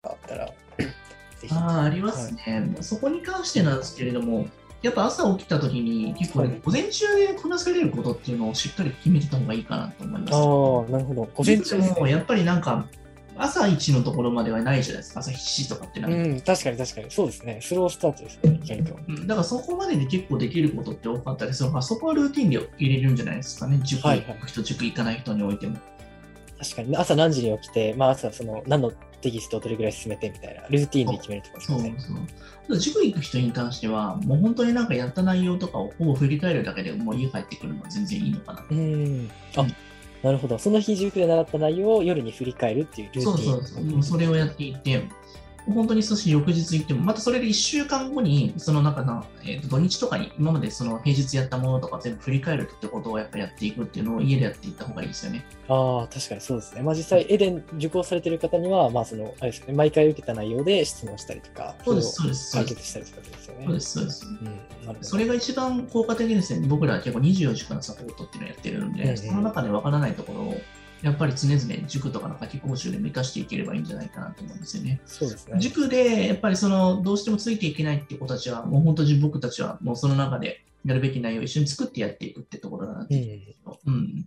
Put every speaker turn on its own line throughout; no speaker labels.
ぜひ。
あーありますね、そこに関してなんですけれども、やっぱ朝起きたときに、結構、
は
ね、午前中でこなされることっていうのをしっかり決めてた方がいいかなと思います。
ああ、なるほど。午前中です
も
ね。
やっぱりなんか、朝一のところまではないじゃないですか、朝7時とかってなると
うん、確かに確かに。そうですね。スロースタートですね、意外と。
うんだからそこまでで結構できることって多かったりするから、そこはルーティンで入れるんじゃないですかね、塾
は
行
いはい
く人、塾行かない人においても。
確かに、朝何時に起きて、まあ朝、その、何のテキストをどれぐらい進めてみたいな、ルーティーンで決めるとかです
そう
か
そう
ね。
ただ塾行く人に関しては、もう本当になんかやった内容とかをほぼ振り返るだけでもう家帰ってくるのは全然いいのかな。
うん。あ、なるほど。その日、塾で習った内容を夜に振り返るっていうルーティー
そ
ン。
うそうそう、もうそれをやっていって、本当にそして翌日行っても、またそれで1週間後に、その中の、えーと土日とかに、今までその平日やったものとか全部振り返るってことをやっぱやっていくっていうのを家でやっていった方がいいですよね。
ああ、確かにそうですね。まあ実際、エデン受講されてる方には、まあその、あれですよね、毎回受けた内容で質問したりとか、
そうです、
そ
そう
れ
で
を
す、そ
解
うです。
決したりとかですよね。
そうですそうです
うん、なるほど。
それが一番効果的ですね。僕らは結構24時間サポートっていうのをやってるんで、
ええ
その中でわからないところを、やっぱり常々塾とかの夏期講習で満たしていければいいんじゃないかなと思うんですよね。
そうですね。
塾でやっぱりそのどうしてもついていけないって子たちは、もう本当に僕たちはもうその中でやるべき内容を一緒に作ってやっていくってところだなっ
う
ていう。
ん、
うん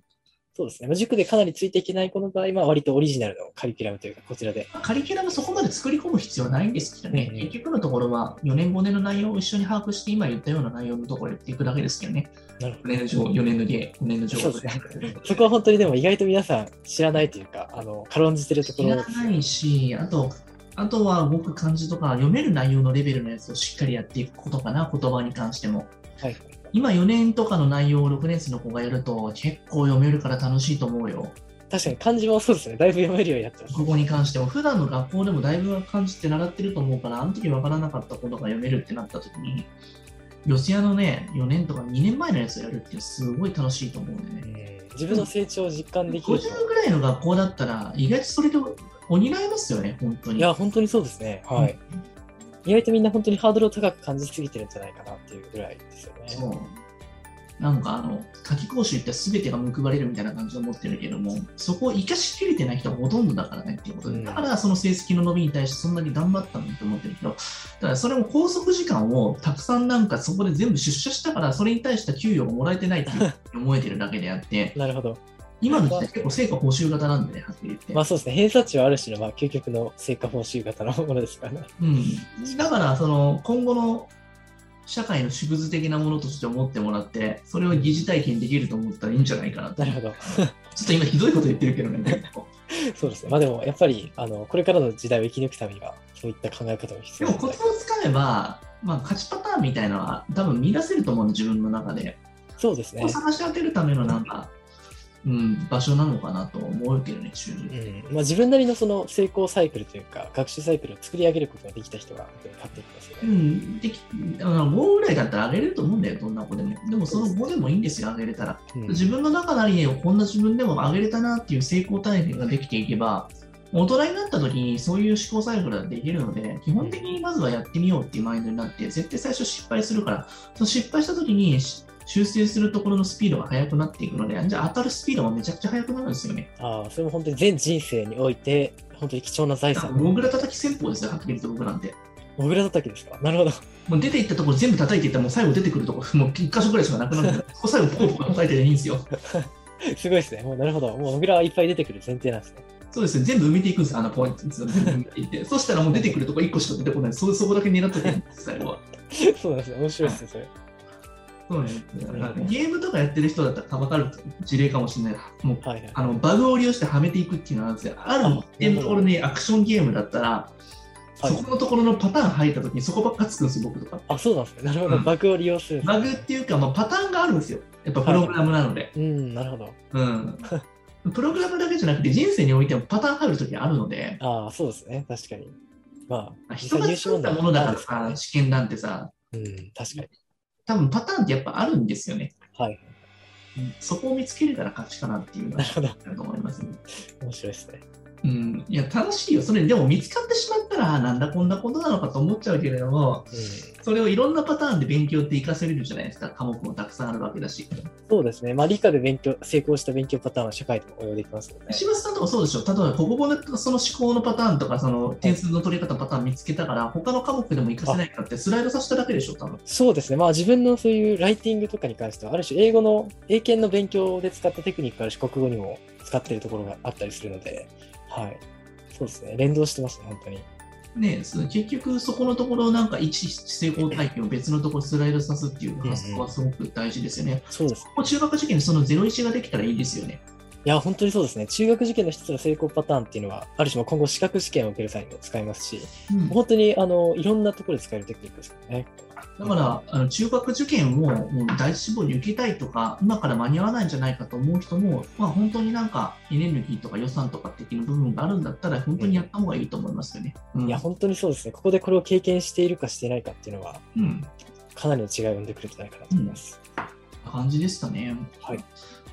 そうですね。まあ、塾でかなりついていけない子の場合は、割とオリジナルのカリキュラムというか、こちらで。
まあカリキュラムそこまで作り込む必要はないんですけどね、
うん
結局のところは4年、5年の内容を一緒に把握して、今言ったような内容のところをやっていくだけですけどね、
なるほ
4年の情報、4年の芸、5年の情報
そうですど。そこは本当にでも意外と皆さん知らないというか、あの、軽んじてるとこ
知
ろ
らないし、あと、あとは僕漢字とか読める内容のレベルのやつをしっかりやっていくことかな、言葉に関しても。
はい。
今4年とかの内容を6年生の子がやると結構読めるから楽しいと思うよ。
確かに漢字もそうですね。だいぶ読めるようになってます。
ここに関しても普段の学校でもだいぶ漢字って習ってると思うから、あの時わからなかったことが読めるってなった時に、四谷のね、4年とか2年前のやつをやるってすごい楽しいと思うんで
う
ね。
ん自分の成長を実感できると。
50ぐらいの学校だったら意外とそれで補いますよね、本当に。
いや、本当にそうですね。はい。意外とみんな本当にハードルを高く感じすぎてるんじゃないかなっていうぐらいですよね。
そう。なんかあの、夏期講習って全てが報われるみたいな感じを持ってるけども、そこを生かしきれてない人がほとんどだからねっていうこと
う
で、
ん
だからその成績の伸びに対してそんなに頑張ったんだと思ってるけど、ただそれも拘束時間をたくさんなんかそこで全部出社したから、それに対して給与がもらえてないっていうふうに思えてるだけであって、
なるほど。
今の時代結構成果報酬型なんでね、はっきり言って。
まあそうですね。偏差値はある種の、まあ究極の成果報酬型のものですからね。
うん、だからその今後の社会の縮図的なものとして思ってもらってそれを疑似体験できると思ったらいいんじゃないかな
な
と
るほど。
ちょっと今ひどいこと言ってるけどね
そうですね。まあでも、やっぱり、あの、これからの時代を生き抜くためには、そういった考え方が必
で
要
も
です
コ
ね
ツをつかめば、まあ、勝ちパターンみたいなのは多分見出せると思うの自分の中で
そうです
そ
ね
こを。探し当てるためのなんか、うん、場所なのかなと思うけどね中
う
に
んまあ、自分なりのその成功サイクルというか、学習サイクルを作り上げることができた人が、本当に勝っていきますよ
う
ね。
ん、できあの5ぐらいだったら上げれると思うんだよ、どんな子でも。でもその5でもいいんですよ、上げれたら。
うん
自分の中なりにこんな自分でも上げれたなっていう成功体験ができていけば大人になった時にそういう思考サイクルができるので基本的にまずはやってみようっていうマインドになって絶対最初失敗するからその失敗した時にし修正するところのスピードが速くなっていくのでじゃあ当たるスピードもめちゃくちゃ速くなるんですよね。
ああ、それも本当に全人生において、本当に貴重な財
だから
産。
モグラ叩き戦法ですよ、はっきり言って僕なんて。
モグラ叩きですかなるほど。
もう出ていったところ全部叩いていったらもう最後出てくるところもう1箇所ぐらいしかなくなる から、そこ最後ポコポコ叩いてでいいんですよ。
すごいですね。もうなるほど。もうモグラはいっぱい出てくる前提なんですね。
そうですね、全部埋めていくんです、あのポイント、全部埋めていって、 そしたらもう出てくるとこ1個しか出てこない、そそこだけ狙っとけんです、最後は。
そうなんですね。面白いですね、それ。
そうね、ゲームとかやってる人だったら、たばかる事例かもしれない、もう
はいはい。
あのバグを利用してはめていくっていうのはあるんですよ、ある一定のところにアクションゲームだったら、
はい
そこのところのパターン入ったときに、そこばっかつくんですよ、僕とか。
あ、そうなんですね。なるほど。
うん
バグを利用するんです
バ
ね、
グっていうか、まあ、パターンがあるんですよ、やっぱプログラムなので。
うん、なるほど。
うん、プログラムだけじゃなくて、人生においてもパターン入るときあるので。
ああ、そうですね。確かに。まあ、
人が作ったものだからさ、試験なんてさ、
うん、確かに。
多分パターンってやっぱあるんですよね。
はい。
そこを見つけるから勝ちかなっていうの
なるほ
は
ど。
あると思いますね。
面白いですね。
うん、いや、楽しいよ。それでも見つかってしまったらら、あなんだこんなことなのかと思っちゃうけれども、それをいろんなパターンで勉強って活かせれるじゃないですか。科目もたくさんあるわけだし。
そうですね。まあ、理科で勉強、成功した勉強パターンは社会でも応用できますよね。
石橋さんとかそうでしょ。例えば、国語のその思考のパターンとか、その点数の取り方のパターン見つけたから、他の科目でも活かせないかって、スライドさせただけでしょ、多分。
そうですね。まあ、自分のそういうライティングとかに関しては、ある種、英語の、英検の勉強で使ったテクニックあるし、国語にも使ってるところがあったりするので、はい。そうですね。連動してますね、本当に。
ねえ、その結局そこのところなんか一成功体験を別のところにスライドさすっていう発想はすごく大事ですよね。
そうです。
もう中学受験でその01ができたらいいですよね。
いや、本当にそうですね。中学受験の一つの成功パターンっていうのは、ある種、今後資格試験を受ける際にも使いますし、
うん
本当に、あの、いろんなところで使えるテクニックですよね。
だからあの中学受験をもう第一志望に受けたいとか今から間に合わないんじゃないかと思う人も、まあ、本当になんかエネルギーとか予算とか的な部分があるんだったら本当にやった方がいいと思いますよね。うん
いや、本当にそうですね。ここでこれを経験しているかしていないかっていうのは、
うん
かなりの違いを生んでくるんじゃないかなと思います。
感じですかね。
はい。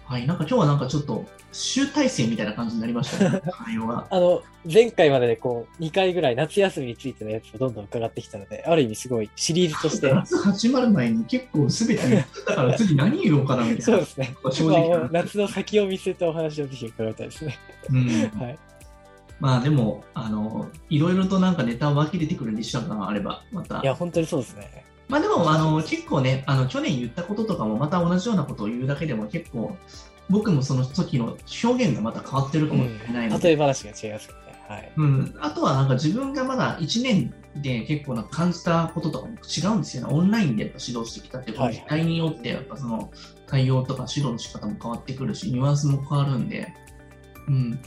はい。なんか今日はなんかちょっと集大成みたいな感じになりました ね。内容が。
あの、前回まででこう、2回ぐらい夏休みについてのやつをどんどん伺ってきたので、ある意味すごいシリーズとして、
夏 始まる前に結構すべて言ってたから次何言おうかなみた
そ
いうな
で。すね。
正直
まあ夏の先を見据えたお話をぜひ伺いたいですね。
うん。
はい。
まあでも、あの、いろいろとなんかネタを湧き出てくる西田さんがあれば、また
い。や、本当にそうですね。
まあでも、あの、結構ね、あの、去年言ったこととかもまた同じようなことを言うだけでも結構、僕もその時の表現がまた変わってるかもしれないので、
例え話が違いますよね。はい。
うん、あとはなんか自分がまだ1年で結構なんか感じたこととかも違うんですよね。オンラインでやっぱ指導してきたって、こ
は
と
い
時代によってやっぱその対応とか指導の仕方も変わってくるし、ニュアンスも変わるんで、うん、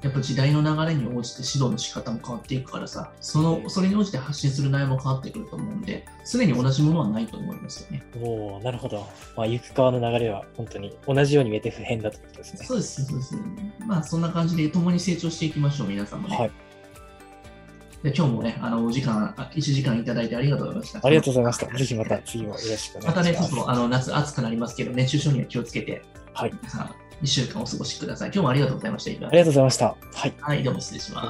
やっぱ時代の流れに応じて指導の仕方も変わっていくからさ、そのそれに応じて発信する内容も変わってくると思うんで、常に同じものはないと思いますよね。
おおなるほど。まあ、行く川の流れは本当に同じように見えて不変だということですね。
そうです、そうです。まあそんな感じで共に成長していきましょう、皆さんもね。
はい。
で今日もね、あのお時間、あ1時間いただいてありがとうございました。
ありがとうございました。ぜひまた次もよろしくお
ま
願
た
いし
ね、ちょ
ま
っ
す。
とあの夏暑くなりますけど、熱中症には気をつけて、
はい。
皆さん、1週間お過ごしください。今日もありがとうございました。
ありがとうございました。はい。
はい、どうも失礼します。